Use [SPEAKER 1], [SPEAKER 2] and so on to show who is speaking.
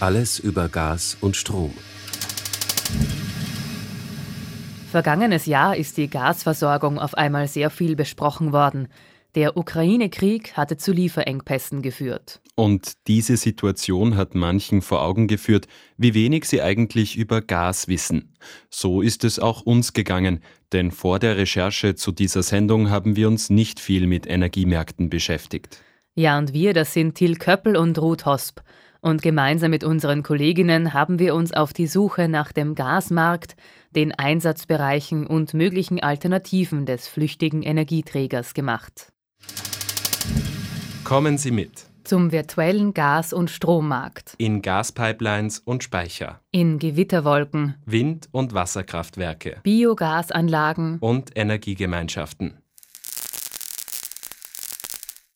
[SPEAKER 1] Alles über Gas und Strom.
[SPEAKER 2] Vergangenes Jahr ist die Gasversorgung auf einmal sehr viel besprochen worden. Der Ukraine-Krieg hatte zu Lieferengpässen geführt.
[SPEAKER 3] Und diese Situation hat manchen vor Augen geführt, wie wenig sie eigentlich über Gas wissen. So ist es auch uns gegangen, denn vor der Recherche zu dieser Sendung haben wir uns nicht viel mit Energiemärkten beschäftigt.
[SPEAKER 2] Ja, und wir, das sind Till Köppel und Ruth Hosp. Und gemeinsam mit unseren Kolleginnen haben wir uns auf die Suche nach dem Gasmarkt, den Einsatzbereichen und möglichen Alternativen des flüchtigen Energieträgers gemacht.
[SPEAKER 3] Kommen Sie mit
[SPEAKER 2] Zum virtuellen Gas- und Strommarkt.
[SPEAKER 3] in Gaspipelines und Speicher,
[SPEAKER 2] In Gewitterwolken,
[SPEAKER 3] Wind- und Wasserkraftwerke
[SPEAKER 2] Biogasanlagen,
[SPEAKER 3] und Energiegemeinschaften.